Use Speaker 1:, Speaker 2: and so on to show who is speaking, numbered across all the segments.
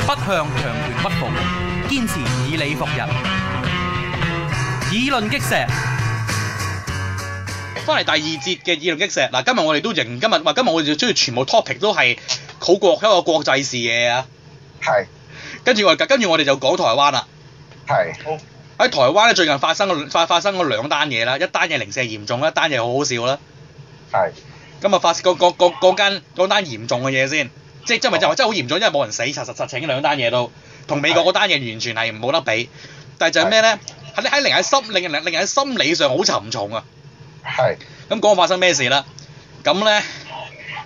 Speaker 1: 向強權屈服，堅持以理服人，以論擊石。
Speaker 2: 翻嚟第二節嘅議論擊石嗱，今日我哋都仍今日話今日我哋中意全部 topic 都係好國一個國際視野啊，
Speaker 3: 係
Speaker 2: 跟住我哋跟住我哋就講台灣啦。
Speaker 3: 係
Speaker 2: 喺台灣咧最近發生個發發生咗兩單嘢啦，一單嘢零舍嚴重，一單嘢好好笑啦。
Speaker 3: 係
Speaker 2: 咁啊發講講講講間講單嚴重嘅嘢先，即係即係咪就真係好嚴重，因為冇人死，實實實情兩單嘢都同美國嗰單嘢完全係冇得比。但係就係咩咧？喺喺令人心令人令人心理上好沉重啊！
Speaker 3: 係
Speaker 2: 咁講發生咩事啦？咁咧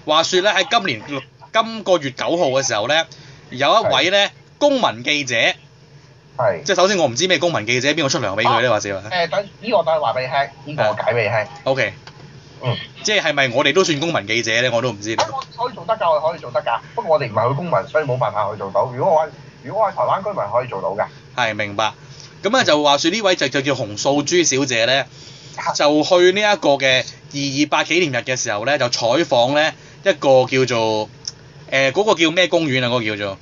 Speaker 2: 話說咧喺今年六今個月九號嘅時候咧，有一位咧公民記者，
Speaker 3: 係
Speaker 2: 即係首先我唔知咩公民記者邊個出糧俾佢咧話事話。
Speaker 3: 誒，等呢個等我話俾你聽，呢個我解俾你聽。
Speaker 2: O K，
Speaker 3: 嗯，
Speaker 2: 即係係咪我哋都算公民記者咧？我都唔知道
Speaker 3: 啊。我可以做得㗎，我可以做得㗎。不過我哋唔係去公民，所以冇辦法去做到。如果我係如果我係台灣居民，可以做到㗎。
Speaker 2: 係明白。咁啊咧就話說呢位就就叫洪素珠小姐咧，就去呢一個嘅二二八紀念日嘅時候咧，就採訪咧一個叫做誒嗰個叫咩公園啊？嗰、個叫做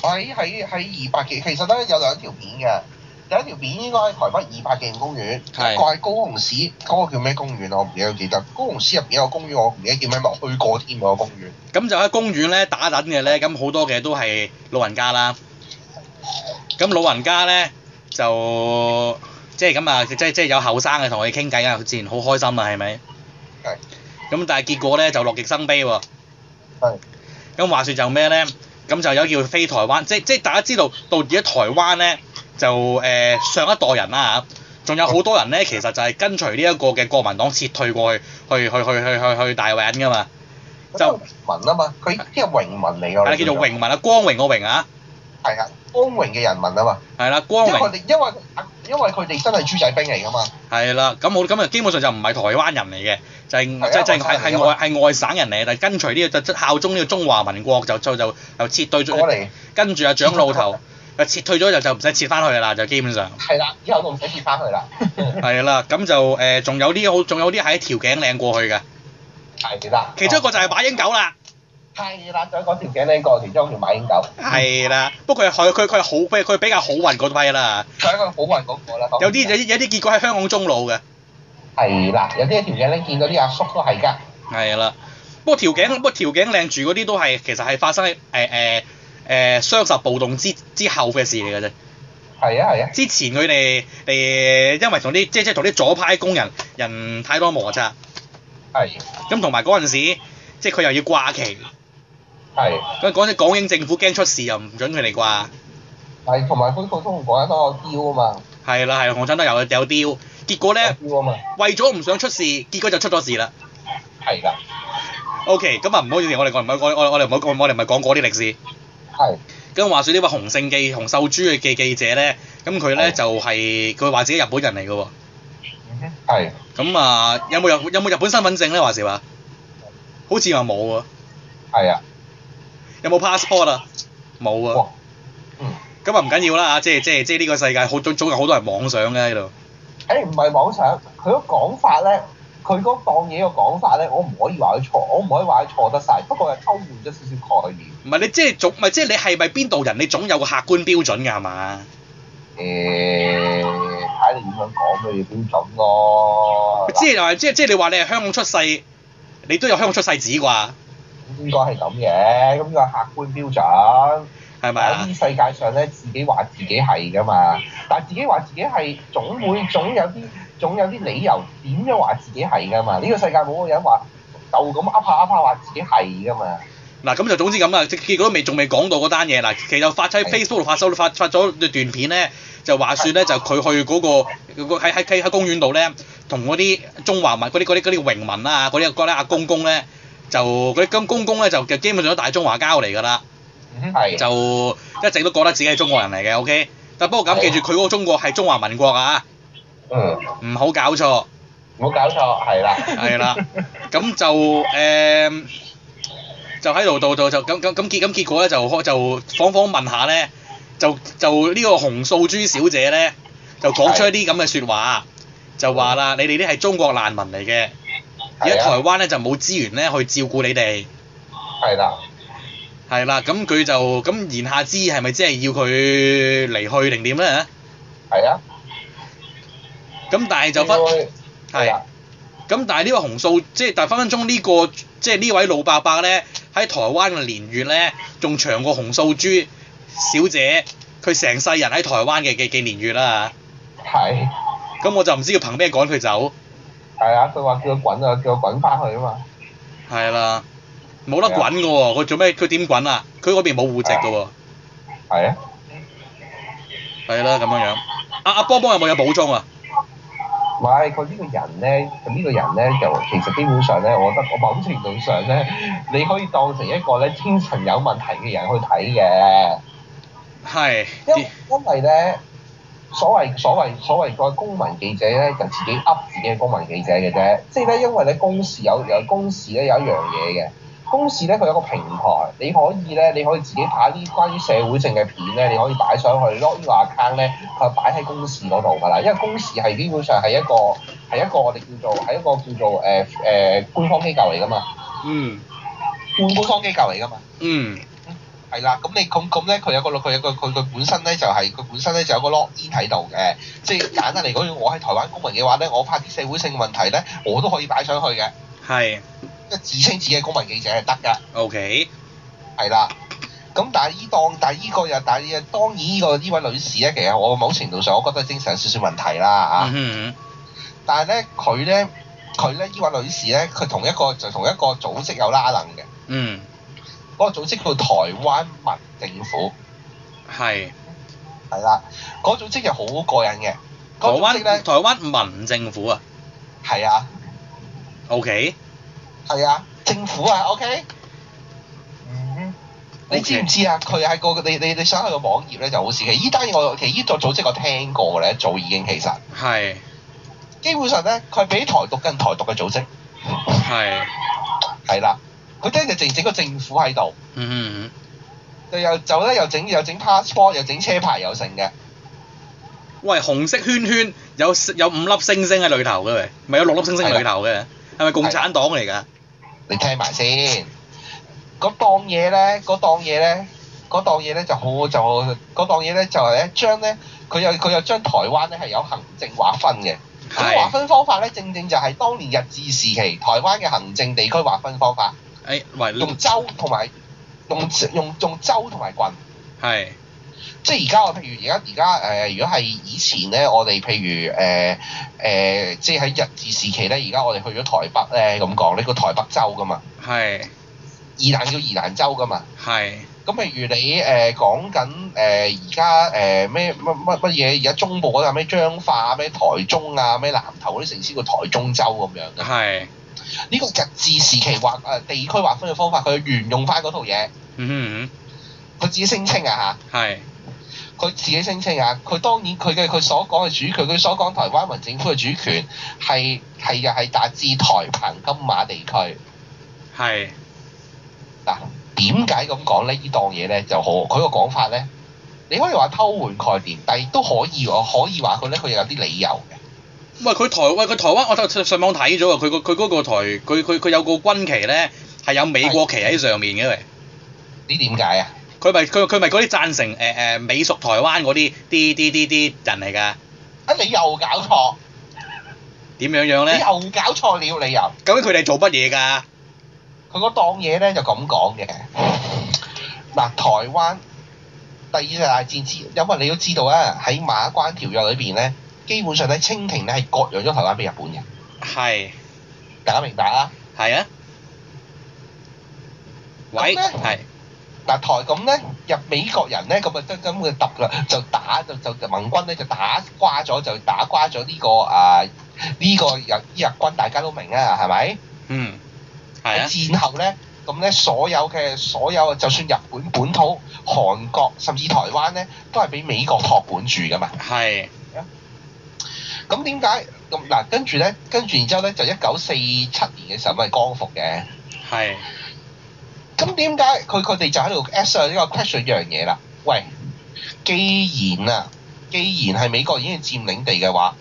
Speaker 3: 喺喺喺二百幾，其實咧有兩條片嘅，有一條片應該喺台北二百紀念公園，
Speaker 2: 係
Speaker 3: 一個係高雄市嗰、個叫咩公園啊我唔記得記得。高雄市入邊有個公園，我唔記得叫咩，我去過添嗰個公園。
Speaker 2: 咁就喺公園咧打躉嘅咧，咁好多嘅都係老人家啦。咁老人家咧就即係咁啊，即係即係有後生嘅同佢傾偈啊，佢自然好開心啦，係咪？
Speaker 3: 係。
Speaker 2: 咁但係結果咧就樂極生悲喎。
Speaker 3: 係
Speaker 2: 咁話說就咩咧？咁就有叫飛台灣，即即係大家知道到而家台灣咧就誒、呃上一代人啦嚇，仲有好多人咧其實就係跟隨呢一個嘅國民黨撤退過去，去去去去去去大灣噶嘛。
Speaker 3: 嗰
Speaker 2: 就
Speaker 3: 個榮民啊嘛，佢呢啲係榮民嚟㗎。我
Speaker 2: 係啦，
Speaker 3: 哋
Speaker 2: 叫做榮。民啊，光榮個榮啊，
Speaker 3: 係啊，光榮嘅人民啊嘛，
Speaker 2: 係啦，
Speaker 3: 因
Speaker 2: 光
Speaker 3: 為佢
Speaker 2: 榮
Speaker 3: 哋因為因為佢哋真係豬仔兵嚟㗎嘛。
Speaker 2: 係啦。咁我咁啊，基本上就唔係台灣人嚟嘅，就係
Speaker 3: 係啊
Speaker 2: 即即係
Speaker 3: 外省
Speaker 2: 係
Speaker 3: 人嚟㗎
Speaker 2: 外
Speaker 3: 嘛
Speaker 2: 係外省人嚟嘅，但係跟隨呢個就效忠呢個中華民國就就就就撤退
Speaker 3: 過
Speaker 2: 咗，
Speaker 3: 嚟
Speaker 2: 跟住啊蔣老頭就撤退咗就就唔使撤翻去啦，就基本上
Speaker 3: 係啦，以後就唔使接翻去 啦。
Speaker 2: 係啦。咁就誒仲有啲好，仲有啲喺調頸嶺過去嘅，
Speaker 3: 係啦，
Speaker 2: 其中一個就係馬英九啦。
Speaker 3: 係啦，再講條頸呢個，其中一條馬英九，
Speaker 2: 係啦，不過佢係佢佢係好佢佢比較好運嗰批啦，
Speaker 3: 佢係一個好運嗰個啦。講
Speaker 2: 有啲有啲有啲結果喺香港中路嘅。
Speaker 3: 係啦，有啲條頸咧見到啲阿叔都係㗎，
Speaker 2: 係啦，不過調景不過調景靚住嗰啲都係其實係發生喺誒誒誒雙十暴動之之後嘅事嚟嘅啫。
Speaker 3: 係啊係啊，
Speaker 2: 之前佢哋誒因為同啲即即係同啲左派工人人太多摩擦，
Speaker 3: 係
Speaker 2: 咁同埋嗰陣時即係佢又要掛旗，
Speaker 3: 係
Speaker 2: 咁嗰陣港英政府驚出事又唔準佢哋掛。
Speaker 3: 係，同埋佢普通講得多個雕啊嘛，
Speaker 2: 係啦係啦，洪振德有有丟，結果咧
Speaker 3: 雕啊嘛，
Speaker 2: 為咗唔想出事，結果就出咗事啦。
Speaker 3: 係啦，
Speaker 2: OK，咁啊唔好意思，我哋我哋唔係我哋我哋我哋唔好我哋唔係講嗰啲歷史。
Speaker 3: 係
Speaker 2: 咁話說呢位洪勝記、洪秀珠嘅記記者咧，咁佢咧
Speaker 3: 係
Speaker 2: 就係佢話自己日本人嚟嘅喎。
Speaker 3: 係
Speaker 2: 咁啊，有冇日有冇日本身份證咧？話時話，好似話冇喎。
Speaker 3: 係啊，
Speaker 2: 有冇 passport 啊？冇啊
Speaker 3: 哇。，嗯，
Speaker 2: 咁啊唔緊要啦即係即係即係呢個世界好總總有好多人妄想嘅喺度。
Speaker 3: 誒唔係妄想，佢個講法咧。佢嗰檔嘢個講法咧，我唔可以話佢錯，我唔可以話佢錯得晒，不過係偷換咗少少概念。
Speaker 2: 唔係你即係總唔係即係你係咪邊度人？你總有個客觀標準㗎係嘛？
Speaker 3: 誒，睇你點樣講佢哋標準 咯。
Speaker 2: 即係話即係即係你話你係香港出世，你都有香港出世紙啩？
Speaker 3: 應該係咁嘅，咁呢個係客觀標準。
Speaker 2: 係咪
Speaker 3: 喺
Speaker 2: 啊
Speaker 3: 呢？世界上咧，自己話自己係噶嘛，但係自己話自己係總會總有啲總有啲理由點樣話自己係噶嘛。呢、個世界冇個人話就咁噏下噏下話自己係噶嘛。
Speaker 2: 嗱咁就總之咁啦，即結果都未仲未講到嗰單嘢嗱，其實發喺
Speaker 3: 係
Speaker 2: Facebook 度發收發發咗段片咧，就話說咧就佢去嗰、個嗰個喺喺喺喺公園度咧，同嗰啲中華民嗰啲嗰啲嗰啲榮民啊，嗰啲嗰啲阿公公咧，就嗰啲咁公公咧就就基本上都大中華膠嚟㗎啦，
Speaker 3: 係
Speaker 2: 嗯就一直都覺得自己係中國人嚟嘅，OK。但不過咁
Speaker 3: 係
Speaker 2: 記住，佢嗰個中國係中華民國啊，
Speaker 3: 嗯，
Speaker 2: 唔好搞錯，
Speaker 3: 冇搞錯，係啦，
Speaker 2: 係啦。咁就誒、就喺度度度就咁咁咁結咁結果咧就開就訪訪問下咧，就就呢個洪素珠小姐咧就講出一啲咁嘅説話，就話啦：你哋啲係中國難民嚟嘅，而家
Speaker 3: 嗯係啊
Speaker 2: 台灣咧就冇資源咧去照顧你哋，
Speaker 3: 係啦，
Speaker 2: 係啦，咁佢就咁言下之意係咪即係要佢離去定點咧？
Speaker 3: 係啊，
Speaker 2: 咁但係就分
Speaker 3: 應該
Speaker 2: 係
Speaker 3: 啊，
Speaker 2: 咁但係呢個紅素，即係但係分分鐘呢、個即係呢位老伯伯咧，喺台灣嘅年月咧，仲長過紅素珠小姐佢成世人喺台灣嘅嘅嘅年月啦。
Speaker 3: 係
Speaker 2: 咁我就唔知佢憑咩趕佢走，
Speaker 3: 係啊，佢話叫佢滾啊，叫佢滾翻去啊嘛，
Speaker 2: 係啦，冇得滾嘅喎，佢做咩？佢點滾啊？佢嗰邊冇户籍嘅喎，
Speaker 3: 係啊，
Speaker 2: 係啦咁樣樣。阿阿波波有冇有補充啊？
Speaker 3: 唔係佢呢個人咧，佢呢個人咧就其實基本上咧，我覺得我某程度上咧，你可以當成一個咧精神有問題嘅人去睇嘅。
Speaker 2: 係，
Speaker 3: 因因為咧，所謂所謂所謂個公民記者咧，就自己噏自己嘅公民記者嘅啫。即係咧，因為咧公事有有公事咧有一樣嘢嘅，公事咧佢有個平台，你可以咧你可以自己拍啲關於社會性嘅片咧，你可以擺上去 log 呢個 account 咧，佢係擺喺公事嗰度㗎啦。因為公事係基本上係一個係一個我哋叫做係一個叫做誒誒、呃呃官方機構嚟㗎嘛，
Speaker 2: 嗯
Speaker 3: 半官方機構嚟㗎嘛。
Speaker 2: 嗯
Speaker 3: 係啦，咁你咁咁咧，佢有個佢有個佢佢本身咧就係、佢本身咧就有個 log in 喺度嘅，即係簡單嚟講，我喺台灣公民嘅話咧，我拍啲社會性問題咧，我都可以擺上去嘅，
Speaker 2: 係
Speaker 3: 即係自稱自己係公民記者係得㗎，
Speaker 2: ，OK，
Speaker 3: 係啦。咁但係依當，但係依個又，但係當然呢、個呢位女士咧，其實我某程度上我覺得精神有少少問題啦啊。
Speaker 2: 嗯哼
Speaker 3: 但係咧，佢咧，佢咧，呢位女士咧，佢同一個就同一個組織有拉楞嘅，
Speaker 2: 嗯，
Speaker 3: 嗰、個組織叫台灣民政府。
Speaker 2: 係。
Speaker 3: 係啦，嗰組織就好過癮嘅。
Speaker 2: 台
Speaker 3: 嗰組
Speaker 2: 灣
Speaker 3: 織咧
Speaker 2: 台灣民政府啊
Speaker 3: 係啊
Speaker 2: ，OK，
Speaker 3: 係啊，政府啊，OK。嗯，你知唔知啊？佢喺個你你你想去個網頁咧就好事嘅。依單嘢我其實依個組織我聽過咧，早已經其實
Speaker 2: 係
Speaker 3: 基本上咧，佢係比台獨更台獨嘅組織
Speaker 2: 係，
Speaker 3: 係啦。佢咧就整整個政府喺度，
Speaker 2: 嗯
Speaker 3: 就又就咧又整又整 passport，又整車牌又成嘅。
Speaker 2: 哼，喂，紅色圈圈有有五粒星星喺裏頭嘅喂，咪有六粒星星喺裏頭嘅，係啊咪共產黨嚟㗎？
Speaker 3: 你聽埋先。嗰檔嘢咧，嗰檔嘢咧，嗰檔嘢咧就好就嗰檔嘢咧就係咧將咧佢又佢又將台灣咧係有行政劃分嘅。咁劃
Speaker 2: 係，
Speaker 3: 分方法咧，正正就係當年日治時期台灣嘅行政地區劃分方法，
Speaker 2: 誒哎喂，
Speaker 3: 用州同埋用用用州同埋郡。
Speaker 2: 係
Speaker 3: 即係而家我譬如而家而家誒，如果係以前咧，我哋譬如誒誒、呃即係喺日治時期咧，而家我哋去咗台北咧咁講，呢個台北州噶嘛，
Speaker 2: 係
Speaker 3: 宜蘭叫宜蘭州噶嘛。
Speaker 2: 係
Speaker 3: 咁譬如你誒、呃、講緊誒而家誒咩乜乜乜嘢，而家中部嗰度咩彰化咩台中啊咩南投嗰啲城市叫台中州咁樣嘅。
Speaker 2: 係，
Speaker 3: 呢、個日治時期劃誒、呃地區劃分嘅方法，佢沿用翻嗰套嘢，
Speaker 2: 嗯
Speaker 3: 佢自己聲稱啊
Speaker 2: 哼，係
Speaker 3: 嚇，佢自己聲稱啊，佢當然佢嘅佢所講嘅主權，佢所講台灣民政府嘅主權係係又係達至台澎金馬地區。
Speaker 2: 係
Speaker 3: 嗱，點解咁講呢？呢檔嘢呢就好，佢個講法呢，你可以話偷換概念，但係都可以，我可以話佢呢，佢有啲理由嘅。
Speaker 2: 喂，佢台喂佢台灣，我上上網睇咗啊，佢個佢嗰個台佢佢佢有個軍旗咧，係有美國旗喺上面嘅喂。
Speaker 3: 呢點解啊？
Speaker 2: 佢咪佢佢咪嗰啲贊成誒誒、呃美屬台灣嗰啲啲啲啲啲人嚟㗎，
Speaker 3: 啊，你又搞錯，
Speaker 2: 點樣樣
Speaker 3: 你
Speaker 2: 咧？
Speaker 3: 又搞錯了，你又。
Speaker 2: 究竟佢哋做乜嘢㗎？
Speaker 3: 佢嗰檔嘢咧就咁講嘅。嗱，台灣第二次大戰之，因為你都知道啊，喺馬關條約裏邊咧，基本上咧清廷咧係割讓咗台灣俾日本嘅，
Speaker 2: 係
Speaker 3: 大家明白啊？
Speaker 2: 係啊，喂
Speaker 3: 咁
Speaker 2: 係
Speaker 3: 嗱，台咁咧，入美國人咧，咁啊真咁嘅揼啦，就打就就就盟軍咧就打瓜咗，就打瓜咗呢、個啊呢、個日日軍，大家都明啊，係咪？
Speaker 2: 嗯係啊
Speaker 3: 喺戰後咧，咁咧所有嘅所有，就算日本本土、韓國甚至台灣咧，都係俾美國托管住噶嘛。
Speaker 2: 係
Speaker 3: 咁點解咁嗱？跟住咧，跟住然之後咧，就一九四七年嘅時候咪光復嘅。
Speaker 2: 係
Speaker 3: 咁點解佢佢哋就喺度 ask 上呢個 question 一樣嘢啦？喂，既然啊，既然係美國已經佔領地嘅話，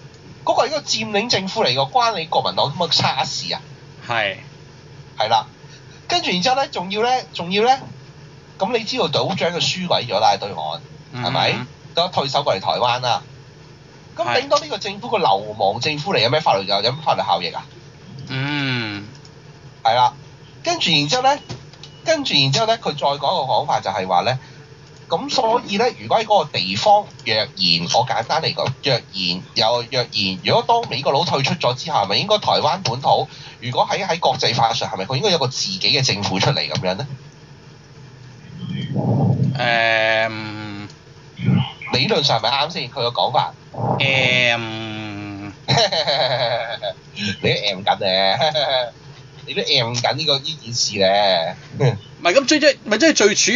Speaker 3: 嗰、個係一個佔領政府嚟嘅，關你國民黨乜差事啊？
Speaker 2: 係
Speaker 3: 係啦，跟住然之後咧，仲要咧，仲要咧，咁你知道島長就輸鬼咗啦，喺對岸
Speaker 2: 嗯
Speaker 3: 係咪？咁退守過嚟台灣啦。咁
Speaker 2: 係
Speaker 3: 頂多呢個政府個流亡政府嚟，有咩法律有有咩法律效益啊？
Speaker 2: 嗯？
Speaker 3: 係啦，跟住然之後咧，跟住然之後咧，佢再講一個講法就係話咧，咁所以咧，如果喺嗰個地方，若然我簡單嚟講，若然有若然，如果當美國佬退出咗之後，係咪應該台灣本土？如果喺喺國際法上，係咪佢應該有個自己嘅政府出嚟咁樣咧？
Speaker 2: 嗯，誒
Speaker 3: 理論上係咪啱先？佢個講法，
Speaker 2: 誒，
Speaker 3: 你都 M 緊咧， 你都 M 緊呢個呢件事咧。
Speaker 2: 唔係咁最即咪即係最主，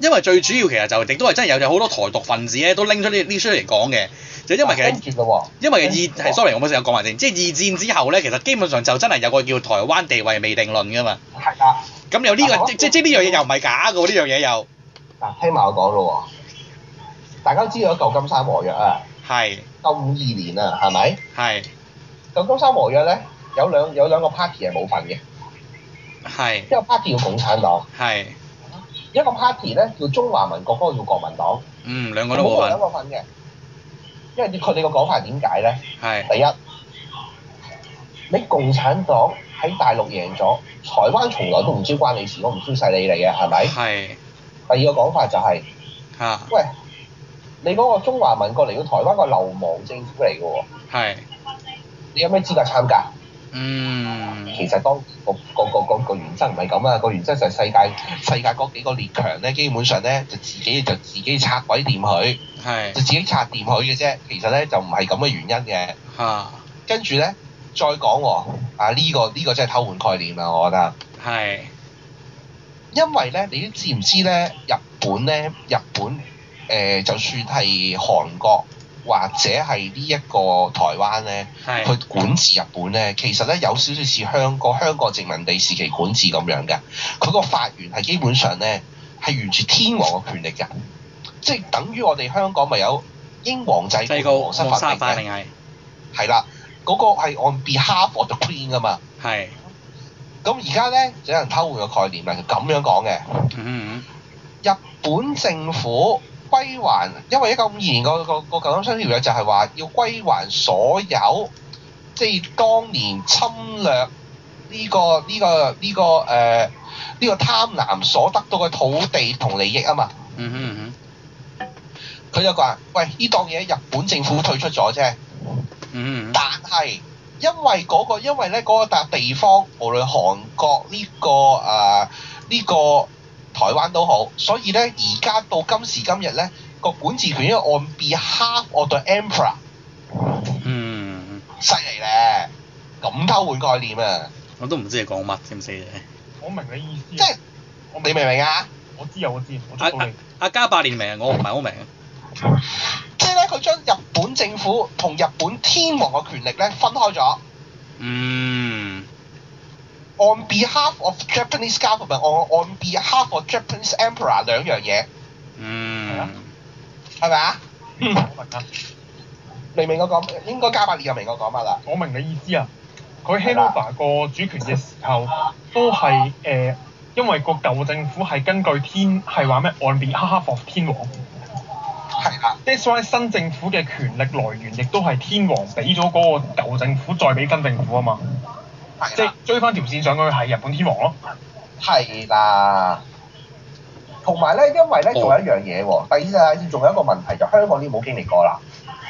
Speaker 2: 因為最主要其實就亦都係真係有有好多台獨分子咧都拎出呢呢出嚟講嘅，就因為其實
Speaker 3: 跟。住咯
Speaker 2: 因為二
Speaker 3: 跟
Speaker 2: 係
Speaker 3: 住
Speaker 2: sorry，我冇成日講埋先，即係二戰之後咧，其實基本上就真係有個叫台灣地位未定論㗎嘛。
Speaker 3: 喎，係啦，
Speaker 2: 咁有呢、
Speaker 3: 啊
Speaker 2: 個即即即呢樣嘢又唔係假嘅喎，呢樣嘢又
Speaker 3: 嗱聽埋我講咯喎，大家都知道有舊金山和約啊。
Speaker 2: 係
Speaker 3: 九五二年啊，係咪？
Speaker 2: 係
Speaker 3: 舊金山和約咧有兩有兩個 party 係冇份嘅，
Speaker 2: 係
Speaker 3: 一個 party 叫共產黨，
Speaker 2: 係，
Speaker 3: 一個 party 咧叫中華民國，嗰個叫國民黨。
Speaker 2: 嗯，兩個都冇
Speaker 3: 兩
Speaker 2: 份，
Speaker 3: 個份嘅，因為佢哋個講法係點解咧？
Speaker 2: 係
Speaker 3: 第一，你共產黨喺大陸贏咗，台灣從來都唔知關你事，我唔知勢你嚟嘅，係咪？
Speaker 2: 係
Speaker 3: 第二個講法就係、
Speaker 2: 嚇
Speaker 3: 喂，你嗰個中華民國嚟到台灣個流亡政府嚟嘅喎，
Speaker 2: 係，
Speaker 3: 你有咩資格參加？
Speaker 2: 嗯
Speaker 3: 其實當然個個個個個原則唔係咁啊，個原則就係世界世界嗰幾個列強咧，基本上咧就自己就自己拆鬼掂佢，
Speaker 2: 係
Speaker 3: 就自己拆掂佢嘅啫。其實咧就唔係咁嘅原因嘅。
Speaker 2: 嚇
Speaker 3: 跟住咧再講喎，啊呢、個呢、個真係偷換概念啦，我覺得。
Speaker 2: 係
Speaker 3: 因為咧，你都知唔知咧？日本咧，日本誒、呃就算係韓國或者係呢一個台灣咧。
Speaker 2: 係
Speaker 3: 佢管治日本咧，其實咧有少少似香港香港殖民地時期管治咁樣嘅。佢個法源係基本上咧係沿住天皇嘅權力嘅，即係等於我哋香港咪有英皇制
Speaker 2: 制
Speaker 3: 同
Speaker 2: 高
Speaker 3: 皇
Speaker 2: 皇
Speaker 3: 室
Speaker 2: 沙
Speaker 3: 法
Speaker 2: 法啊
Speaker 3: 庭嘅，
Speaker 2: 定係
Speaker 3: 係啦，嗰、個係 on behalf of the queen 噶嘛。
Speaker 2: 係
Speaker 3: 咁而家咧就有人偷換個概念啦，就咁樣講嘅。
Speaker 2: 嗯
Speaker 3: 日本政府歸還，因為一九五二年個個個舊金山條約就係話要歸還所有即係當年侵略呢、個呢、個呢、個誒呢、個貪婪所得到嘅土地同利益啊嘛。
Speaker 2: 嗯嗯嗯
Speaker 3: 佢就話：喂，呢檔嘢日本政府退出咗啫，
Speaker 2: 嗯嗯
Speaker 3: 但係因為嗰、個因為咧嗰、個笪地方，無論韓國呢、個啊誒呢、個台灣都好，所以咧而家到今時今日咧個管治權因為 on behalf of the emperor
Speaker 2: 嗯，
Speaker 3: 犀利咧，咁偷換概念啊！
Speaker 2: 我都唔知你講乜添死嘅。
Speaker 4: 我明你意思。
Speaker 3: 即係
Speaker 4: 我
Speaker 3: 你明唔明啊？
Speaker 4: 我知啊，我知，我
Speaker 2: 阿
Speaker 4: 捉到
Speaker 2: 阿
Speaker 4: 你。
Speaker 2: 阿加百年明，我唔係好明。
Speaker 3: 即係咧佢將日本政府同日本天皇嘅權力咧分開咗。
Speaker 2: 嗯
Speaker 3: on behalf of Japanese government on on behalf of Japanese emperor 兩樣嘢
Speaker 4: 係啊
Speaker 2: 嗯。
Speaker 3: 係咪啊？
Speaker 4: 我明啊，
Speaker 3: 明唔明我講應該加百列就明我講乜啦。
Speaker 4: 我明你意思啊。佢
Speaker 3: 係啦
Speaker 4: handover 個主權嘅時候，都係誒、呃因為個舊政府係根據天係話咩岸邊哈哈霍天皇。
Speaker 3: 係啦，
Speaker 4: That's why 新政府嘅權力來源亦都係天皇俾咗嗰個舊政府，再俾新政府啊嘛。
Speaker 3: 係
Speaker 4: 即係
Speaker 3: 啦，
Speaker 4: 追翻條線上去係日本天皇咯。
Speaker 3: 係啦。同埋咧，因為咧仲有一樣嘢喎，第二世界仲有一個問題就香港啲冇經歷過啦。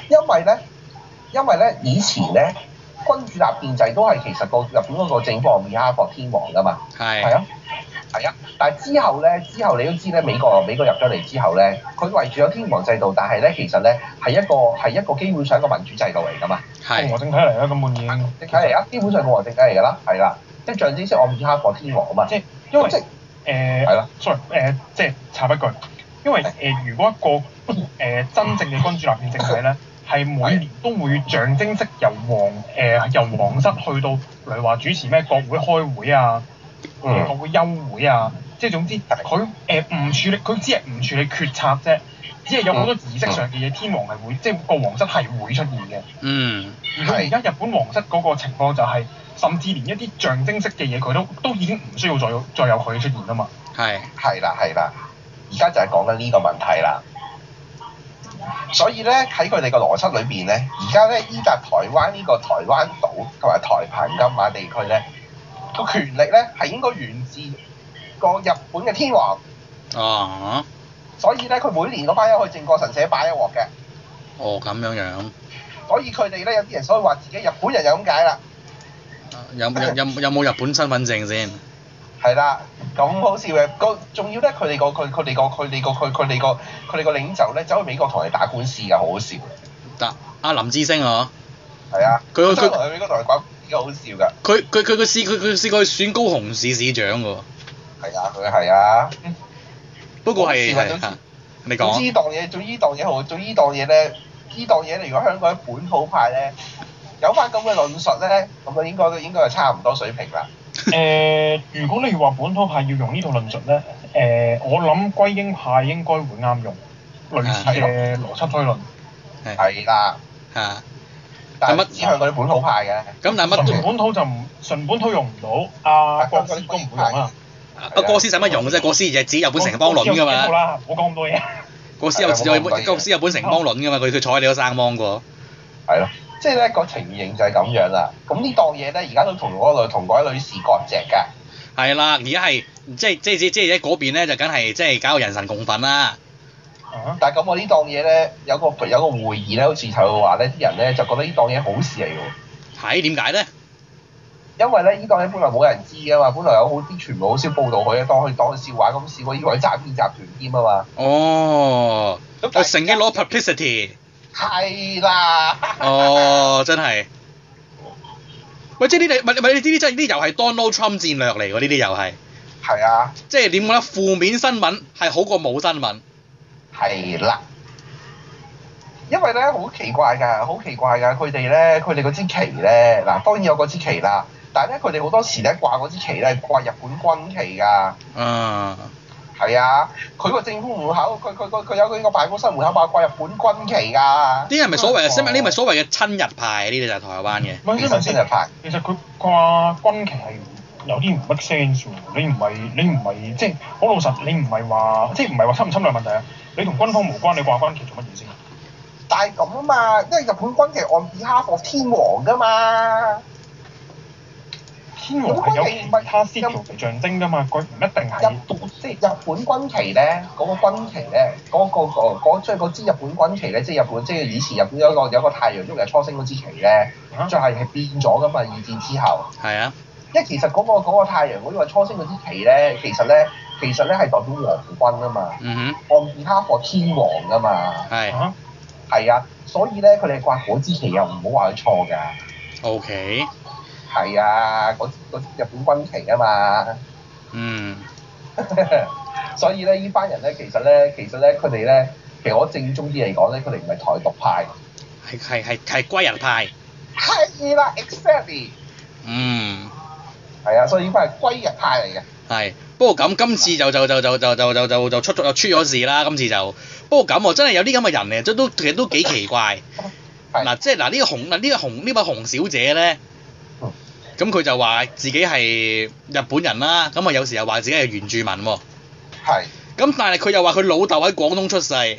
Speaker 3: 因為咧，因為咧以前咧君主立憲制都係其實個日本嗰個政府係 behalf of 天皇噶嘛。係
Speaker 2: 係
Speaker 3: 啊，係啊，但係之後咧，之後你都知咧，美國美國入咗嚟之後咧，佢圍住咗天皇制度，但係咧其實咧係一個係一個基本上一個民主制度嚟噶嘛，
Speaker 4: 共
Speaker 2: 係
Speaker 4: 和政體嚟啦，根本已經。
Speaker 3: 你睇嚟啊，基本上共和政體嚟㗎啦，係啦，即係象徵式我唔知哈佛天皇啊嘛，即係
Speaker 4: 因為
Speaker 3: 即係
Speaker 4: 誒
Speaker 3: 係啦，
Speaker 4: 呃 sorry，誒、即係插一句，因為誒、呃如果一個誒、真正嘅君主立憲政體咧，係每年都會象徵式由皇誒、由皇室去到，例如話主持咩國會開會啊，
Speaker 3: 嗯
Speaker 4: 國會休會啊，即係總之佢誒唔處理，佢只係唔處理決策啫，只係有
Speaker 3: 嗯
Speaker 4: 好多儀式上嘅嘢，天皇係會，即係個皇室係會出現嘅。
Speaker 2: 嗯
Speaker 4: 而佢而家日本皇室嗰個情況就係、甚至連一啲象徵式嘅嘢佢都都已經唔需要再有再有佢出現啊嘛。
Speaker 2: 係
Speaker 3: 係啦係啦，而家就係講緊呢個問題啦。所以咧喺佢哋個邏輯裏邊咧，而家咧依達台灣呢個台灣島同埋台澎金馬地區咧，個權力咧係應該源自個日本嘅天皇，
Speaker 2: 啊，
Speaker 3: 所以咧佢每年嗰班人去靖國神社拜一鑊嘅，
Speaker 2: 哦咁樣樣，
Speaker 3: 所以佢哋咧有啲人所以話自己日本人就咁解啦。
Speaker 2: 啊有 有有有冇日本身份證先？
Speaker 3: 係啦，咁好笑嘅。個仲要咧，佢哋個佢佢哋個佢哋個佢佢哋個佢哋個領袖咧，走去美國同人打官司㗎，好好笑。
Speaker 2: 但阿林志星啊，
Speaker 3: 係啊，
Speaker 2: 佢佢
Speaker 3: 走去美國同人打官司好笑㗎。
Speaker 2: 佢佢佢佢試佢佢試過去選高雄市市長喎，
Speaker 3: 係啊，佢係啊。
Speaker 2: 不過係
Speaker 3: 我試過都
Speaker 2: 係你
Speaker 3: 總
Speaker 2: 講
Speaker 3: 之呢檔嘢，總之呢檔嘢好，總之呢檔嘢咧，呢檔嘢如果香港本土派咧有翻咁嘅論述咧，咁啊應該應該係差唔多水平啦。
Speaker 4: 誒、呃如果你話本土派要用呢套論述咧，誒、我諗歸英派應該會啱用類似嘅邏輯推論。
Speaker 3: 係啦，
Speaker 2: 嚇，
Speaker 3: 但
Speaker 2: 係
Speaker 3: 係
Speaker 2: 乜
Speaker 3: 指向嗰啲本土派嘅。
Speaker 2: 咁但係乜
Speaker 4: 純
Speaker 2: 都
Speaker 4: 本土就唔純本土用唔到，阿
Speaker 3: 但係
Speaker 4: 國師都唔會用啊啦。
Speaker 2: 阿哥斯啊使乜用啫？哥斯就係指日本城邦論㗎
Speaker 4: 好
Speaker 2: 嘛，
Speaker 4: 啦，唔好講咁多嘢。
Speaker 2: 哥斯有
Speaker 3: 係啊我講
Speaker 2: 有哥斯日本城邦論㗎嘛，佢佢坐喺你都生芒過，
Speaker 3: 係咯，即係咧個情形就係咁樣啦。咁呢檔嘢咧，而家都同嗰女同嗰位女士割席㗎。
Speaker 2: 係啦，而家係即係即係即係即係喺嗰邊咧就梗係即係搞到人神共憤啦，
Speaker 4: 啊
Speaker 3: 但係咁我呢檔嘢咧，有個有個會議咧，好似就話咧，啲人咧就覺得呢檔嘢好事嚟喎，
Speaker 2: 係點解咧？
Speaker 3: 因為咧呢檔嘢本來冇人知㗎嘛，本來有好啲傳媒好少報導佢嘅，當佢當佢笑話咁笑，我以為佢詐騙集團添啊嘛。
Speaker 2: 哦，
Speaker 3: 咁
Speaker 2: 我乘機攞 publicity。
Speaker 3: 係啦，
Speaker 2: 哦，真係。喂，即係呢啲，唔係唔係呢啲真係呢啲又係 Donald Trump 戰略嚟喎，呢啲又係，
Speaker 3: 係啊，
Speaker 2: 即係點講咧？負面新聞係好過冇新聞，
Speaker 3: 係啦。因為咧好奇怪㗎，好奇怪㗎，佢哋咧佢哋嗰支旗咧，嗱當然有嗰支旗啦，但係咧佢哋好多時咧掛嗰支旗咧係掛日本軍旗㗎。
Speaker 2: 啊，
Speaker 3: 係啊，佢個政府門口，佢佢佢佢有佢個辦公室門口擺掛日本軍旗㗎。嗯
Speaker 2: 呢啲係咪所謂嘅？
Speaker 4: 哦
Speaker 2: 呢啲咪所謂嘅親日派？啊呢啲就係台灣嘅。
Speaker 4: 唔係，
Speaker 3: 其
Speaker 4: 因
Speaker 3: 實先
Speaker 4: 為先
Speaker 3: 係派，
Speaker 4: 其實佢掛軍旗係有啲唔 make sense 喎。你唔係你唔係即係好老實，你唔係話即係唔係話侵唔侵略問題啊？你同軍方無關，你掛軍旗做乜嘢先？
Speaker 3: 但係咁啊嘛，因為日本軍旗 on behalf of 天皇㗎嘛，
Speaker 4: 天皇係有其他 s i g 嚟象徵㗎嘛，佢唔一定
Speaker 3: 日
Speaker 4: 係。
Speaker 3: 本即係日本軍旗咧，嗰、個軍旗咧，嗰、個嗰嗰即係嗰支日本軍旗咧，即係日本即係以前日本有一個有一個太陽喐嘅初升嗰支旗咧，
Speaker 4: 啊
Speaker 3: 就係係變咗㗎嘛，二戰之後。
Speaker 2: 係啊，
Speaker 3: 因為其實嗰、個嗰、個太陽嗰個初升嗰支旗咧，其實咧其實咧係代表皇軍啊嘛
Speaker 2: 嗯
Speaker 3: ，on behalf of 天皇㗎嘛。
Speaker 2: 哼，係
Speaker 4: 啊
Speaker 3: 係啊，所以咧佢哋掛嗰支旗又唔好話佢錯㗎。
Speaker 2: ，OK，
Speaker 3: 係啊，嗰嗰日本軍旗啊嘛，
Speaker 2: 嗯，
Speaker 3: 所以咧呢班人咧其實咧其實咧佢哋咧其實我正宗啲嚟講咧，佢哋唔係台獨派。
Speaker 2: 係係係係歸日派，
Speaker 3: 係啦，exactly。
Speaker 2: 嗯，
Speaker 3: 係啊，所以呢班係歸日派嚟嘅。
Speaker 2: 係。不過咁今次就就就就就就就就就出咗出咗事啦，今次就。不過咁喎，真係有啲咁嘅人嚟，即都其實都幾奇怪。
Speaker 3: 係
Speaker 2: 嗱，即係嗱呢個紅嗱呢個紅呢位紅小姐咧
Speaker 3: 嗯，
Speaker 2: 咁佢就話自己係日本人啦，咁啊有時又話自己係原住民喎，
Speaker 3: 係
Speaker 2: 咁但係佢又話佢老豆喺廣東出世，而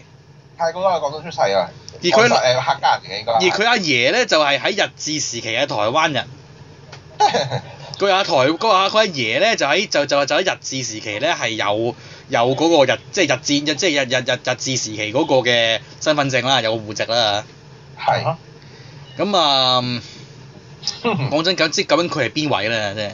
Speaker 3: 泰國都係廣東出世㗎。
Speaker 2: 而佢
Speaker 3: 誒客家人嚟嘅應該係。
Speaker 2: 佢阿爺咧就係喺日治時期嘅台灣人，佢阿台佢阿佢阿爺咧就喺就就就喺日治時期咧係有有嗰個日即係日治即係日日日日治時期嗰個嘅身份證啦，有個戶籍啦，
Speaker 3: 係
Speaker 4: 啊
Speaker 2: 咁啊嗯
Speaker 4: 嗯
Speaker 2: 講真咁即究竟佢係邊位咧？真係。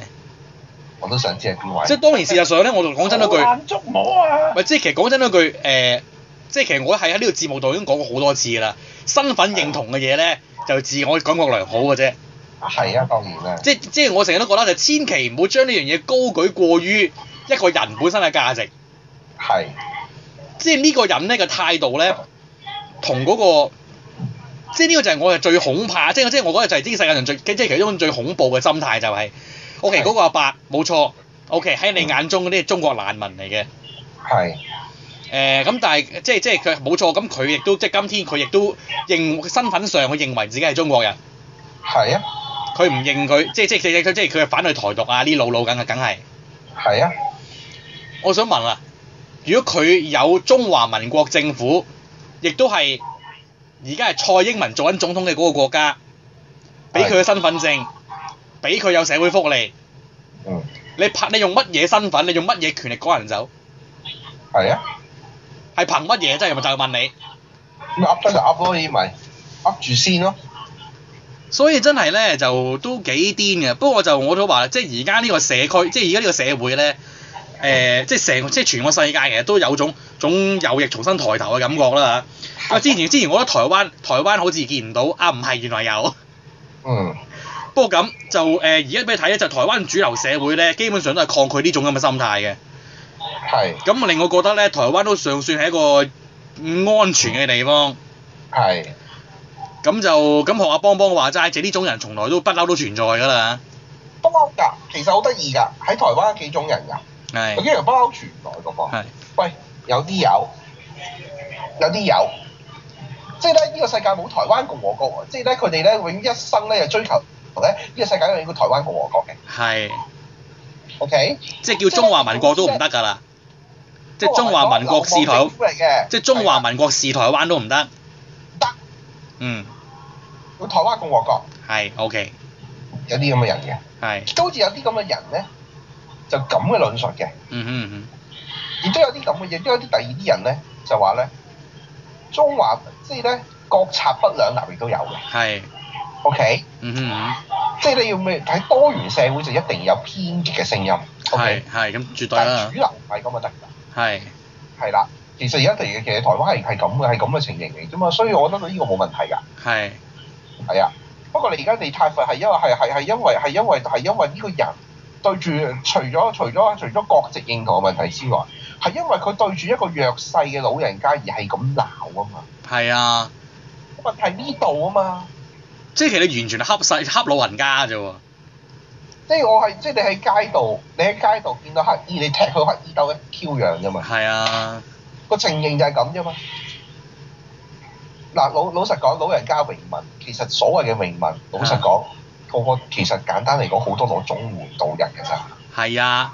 Speaker 3: 我都想知係邊位。
Speaker 2: 即係當然事實上咧，我就講真嗰句，
Speaker 4: 好難捉摸啊！
Speaker 2: 喂，即係其實講真嗰句，誒、即係其實我喺呢個節目度已經講過好多次啦。身份認同嘅嘢咧，就自我感覺良好嘅啫。
Speaker 3: 係啊，當然啦。
Speaker 2: 即即係我成日都覺得就千祈唔好將呢樣嘢高舉過於一個人本身嘅價值。
Speaker 3: 係
Speaker 2: 即係呢個人咧嘅態度咧，同嗰、個。即係呢個就係我係最恐怕，即係即係我覺得就係呢個世界上最即係其中最恐怖嘅心態就係、o k
Speaker 3: 係
Speaker 2: 嗰個阿伯冇錯，OK 喺你眼中嗰啲係中國難民嚟嘅，
Speaker 3: 係
Speaker 2: 誒咁、但係即係即係佢冇錯，咁佢亦都即係今天佢亦都認身份上，佢認為自己係中國人，
Speaker 3: 係啊
Speaker 2: 佢唔認佢，即係即係即係即係啊佢係反對台獨啊呢老老梗係梗係。
Speaker 3: 係啊
Speaker 2: 我想問啊，如果佢有中華民國政府，亦都係而家係蔡英文做緊總統嘅嗰個國家，俾佢嘅身份證，俾佢有社會福利，
Speaker 3: 嗯，
Speaker 2: 你拍你用乜嘢身份，你用乜嘢權力趕人走？
Speaker 3: 係啊，
Speaker 2: 係憑乜嘢？真係咪就係問你？
Speaker 3: 咁啊噏得就噏咯，呢啲咪噏住先咯。
Speaker 2: 所以真係咧就都幾癲嘅。不過就我都話啦，即係而家呢個社區，即係而家呢個社會咧，誒、即係成即係全個世界其實都有種種有翼重新抬頭嘅感覺啦嚇。啊，之前之前我覺得台灣台灣好似見唔到啊，唔係原來有。
Speaker 3: 嗯，
Speaker 2: 不過咁就誒而家俾你睇咧，就台灣主流社會咧，基本上都係抗拒呢種咁嘅心態嘅。
Speaker 3: 係
Speaker 2: 咁令我覺得咧，台灣都尚算係一個唔安全嘅地方。
Speaker 3: 係
Speaker 2: 咁就咁學阿邦邦話齋，就呢種人從來都不嬲都存在㗎啦。
Speaker 3: 不嬲㗎，其實好得意㗎，喺台灣幾種人㗎，有
Speaker 2: 係
Speaker 3: 啲人不嬲傳來個噃。
Speaker 2: 係
Speaker 3: 喂，有啲有，有啲有，即係咧呢個世界冇台灣共和國喎，即係咧佢哋咧永一生咧就追求咧呢個世界有一個台灣共和國嘅
Speaker 2: 係。
Speaker 3: ，OK？
Speaker 2: 即係叫中華民國都唔得㗎啦，即係中華民國視
Speaker 3: 流亡政
Speaker 2: 台，
Speaker 3: 府嚟嘅，
Speaker 2: 即係中華民國視台灣都唔得。
Speaker 3: 得
Speaker 2: 嗯，
Speaker 3: 有台灣共和國
Speaker 2: 係 OK，
Speaker 3: 有啲咁嘅人嘅。
Speaker 2: 係，
Speaker 3: 都好似有啲咁嘅人咧，就咁嘅論述嘅，
Speaker 2: 嗯哼嗯哼，
Speaker 3: 亦都有啲咁嘅嘢，亦都有啲第二啲人咧就話咧，中華即係咧國策不兩立亦都有嘅
Speaker 2: 係，
Speaker 3: ，OK，
Speaker 2: 嗯哼嗯
Speaker 3: 即係你要咩喺多元社會就一定有偏激嘅聲音
Speaker 2: 哼，
Speaker 3: ，OK，
Speaker 2: 係係咁絕對
Speaker 3: 但係
Speaker 2: 啦
Speaker 3: 主，流唔係咁就得㗎，
Speaker 2: 係
Speaker 3: 係啦。其實而家其實其實台灣係係咁嘅，係咁嘅情形嚟啫嘛，所以我覺得呢個冇問題㗎，
Speaker 2: 係
Speaker 3: 係啊。不過你而家你太快係因為係係係因為係因為係因為呢個人對住除咗除咗除咗國籍認同嘅問題之外，係因為佢對住一個弱勢嘅老人家而係咁鬧啊嘛。
Speaker 2: 係啊，
Speaker 3: 問題呢度啊嘛，
Speaker 2: 即係其實你完全係恰細恰老人家啫喎，
Speaker 3: 即係我係即係你喺街度，你喺街度見到乞衣，你踢佢乞衣鬥一 Q 樣啫嘛。
Speaker 2: 係啊，
Speaker 3: 個情形就係咁啫嘛。嗱，老老實講，老人家榮民其實所謂嘅榮民，老實講，個個其實簡單嚟講，好多攞綜援到人嘅咋。
Speaker 2: 係啊，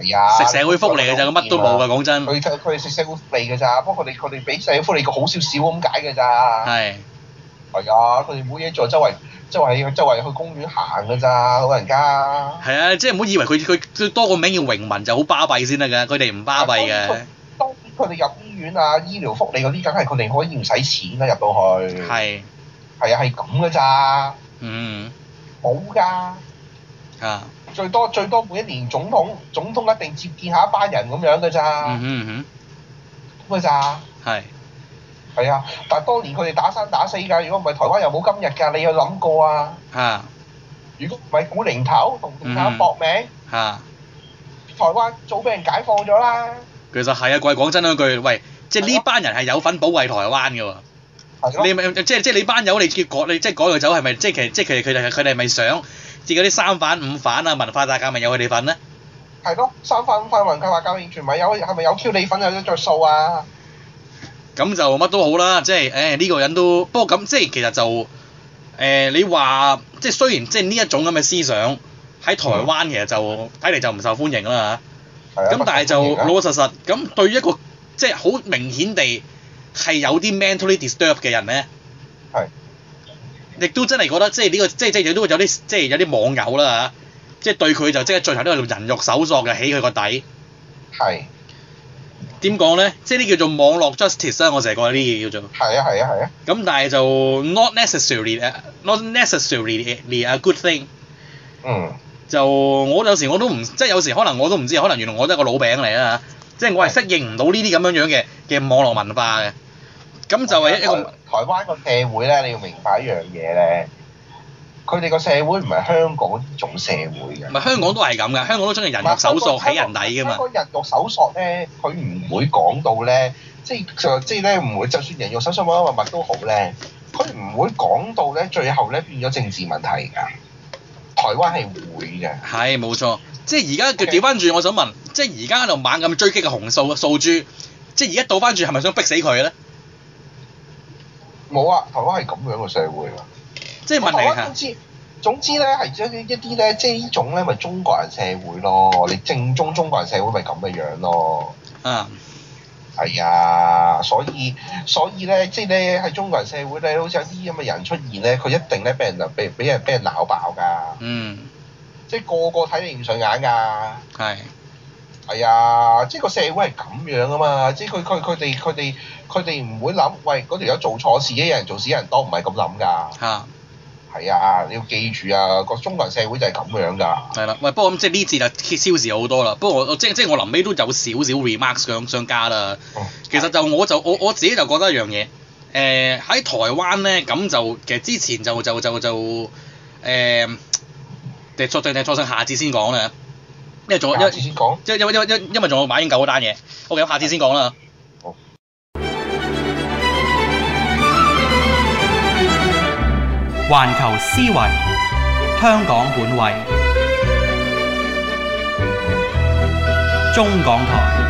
Speaker 3: 係啊，
Speaker 2: 食社會福利嘅咋，佢乜都冇㗎，講真，
Speaker 3: 佢佢佢哋食社會福利嘅咋，不過佢哋佢哋俾社會福利個好少少咁解嘅咋。
Speaker 2: 係
Speaker 3: 係啊，佢哋冇嘢做，周圍周圍周圍去公園行嘅咋，老人家。
Speaker 2: 係啊，即係唔好以為佢佢佢多個名叫榮民就好巴閉先得㗎，佢哋唔巴閉
Speaker 3: 啊
Speaker 2: 嘅，
Speaker 3: 當然佢哋入醫院啊、醫療福利嗰啲，梗係佢哋可以唔使錢啦，入到去。
Speaker 2: 係，
Speaker 3: 係啊，係咁嘅咋。
Speaker 2: 嗯
Speaker 3: 冇㗎，
Speaker 2: 啊，
Speaker 3: 最多最多每一年總統總統一定接見下一班人咁樣㗎咋，
Speaker 2: 嗯
Speaker 3: 咁
Speaker 2: 哼嗯
Speaker 3: 㗎咋，
Speaker 2: 哼，係。
Speaker 3: 係啊！但係當年佢哋打生打死㗎，如果唔係台灣又冇今日㗎，你有諗過啊？
Speaker 2: 嚇
Speaker 3: 如果唔係古靈頭同共產搏命，
Speaker 2: 嚇，
Speaker 3: 台灣早俾人解放咗啦，
Speaker 2: 其實係啊，貴講真嗰句，喂，即係呢班人係有份保衞台灣嘅喎。
Speaker 3: 係咯
Speaker 2: 你，咪即係即係你班友，你叫改你即係改佢走係咪？即係其即係其實佢哋佢哋係咪想自嗰啲三反五反啊文化大革命有佢哋份咧？
Speaker 3: 係咯，三番五番文化教完全咪有係咪有 Q 你份有得着數啊？
Speaker 2: 咁就乜都好啦，即係誒呢個人都不過咁即係其實就誒、你話即係雖然即係呢一種咁嘅思想喺台灣其實就睇嚟就唔受歡迎啦嚇。
Speaker 3: 係啊
Speaker 2: 咁但係就
Speaker 3: 不過
Speaker 2: 老老實實咁對於一個即係好明顯地係有啲 mentally disturbed 嘅人咧，
Speaker 3: 係
Speaker 2: 亦都真係覺得即係呢個即係即係亦都有啲即係有啲網友啦嚇，即係對佢就即係進行呢個人肉搜索嘅，起佢個底。
Speaker 3: 係
Speaker 2: 點講咧？即係呢叫做網絡 justice 啦，我成日覺得呢嘢叫做。
Speaker 3: 係啊係啊係啊
Speaker 2: 咁但係就 not necessarily 誒，not necessarily a good thing。
Speaker 3: 嗯
Speaker 2: 就我有時我都唔即係有時可能我都唔知，可能原來我都係個老餅嚟啦即係我係適應唔到呢啲咁樣樣嘅嘅網絡文化嘅。咁就係一個
Speaker 3: 台台灣個社會咧，你要明白一樣嘢咧，佢哋個社會唔係香港呢種社會嘅
Speaker 2: 唔。係香港都係咁㗎，香港都中意人肉搜索起人底㗎嘛
Speaker 3: 香。港人肉搜索咧，佢唔會講到咧，即係就即係咧唔會，就算人肉搜索乜乜乜都好咧，佢唔會講到咧，最後咧變咗政治問題㗎。台灣係會嘅，
Speaker 2: 係冇錯，即係而家叫
Speaker 3: OK
Speaker 2: 調翻轉，我想問，即係而家喺度猛咁追擊嘅紅數數珠，即係而家倒翻轉係咪想逼死佢咧？
Speaker 3: 冇啊！台灣係咁樣嘅社會啊。
Speaker 2: 即係問
Speaker 3: 台灣
Speaker 2: 題
Speaker 3: 總之總之咧係一啲咧，即係呢種咧咪中國人社會咯，你正宗中國人社會咪咁嘅樣咯。
Speaker 2: 係啊，
Speaker 3: 係啊，所以所以咧，即係咧喺中國人社會咧，好似有啲咁嘅人出現咧，佢一定咧俾人俾俾人俾人鬧爆㗎，
Speaker 2: 嗯，
Speaker 3: 即係個個睇你唔順眼㗎。
Speaker 2: 係，
Speaker 3: 係啊，即係個社會係咁樣啊嘛，即係佢佢佢哋佢哋佢哋唔會諗，喂嗰條友做錯事，一人做事一人當，唔係咁諗㗎。
Speaker 2: 嚇，
Speaker 3: 係啊，你要記住啊，個中國人社會就係咁樣㗎。
Speaker 2: 係啦。喂，不過咁即係呢節就揭消時好多啦。不過我我即即係我臨尾都有少少 remarks 想想加啦。其實就我就我我自己就覺得一樣嘢，誒、喺台灣咧咁就其實之前就就就就誒，定再定定再上下次先講啦，因為仲有
Speaker 3: 下
Speaker 2: 因
Speaker 3: 次先啊講。
Speaker 2: 因因為因為因因為仲有馬英九嗰單嘢，OK，下次先講啦。
Speaker 3: 好
Speaker 1: 環球思維，香港本位，中港台。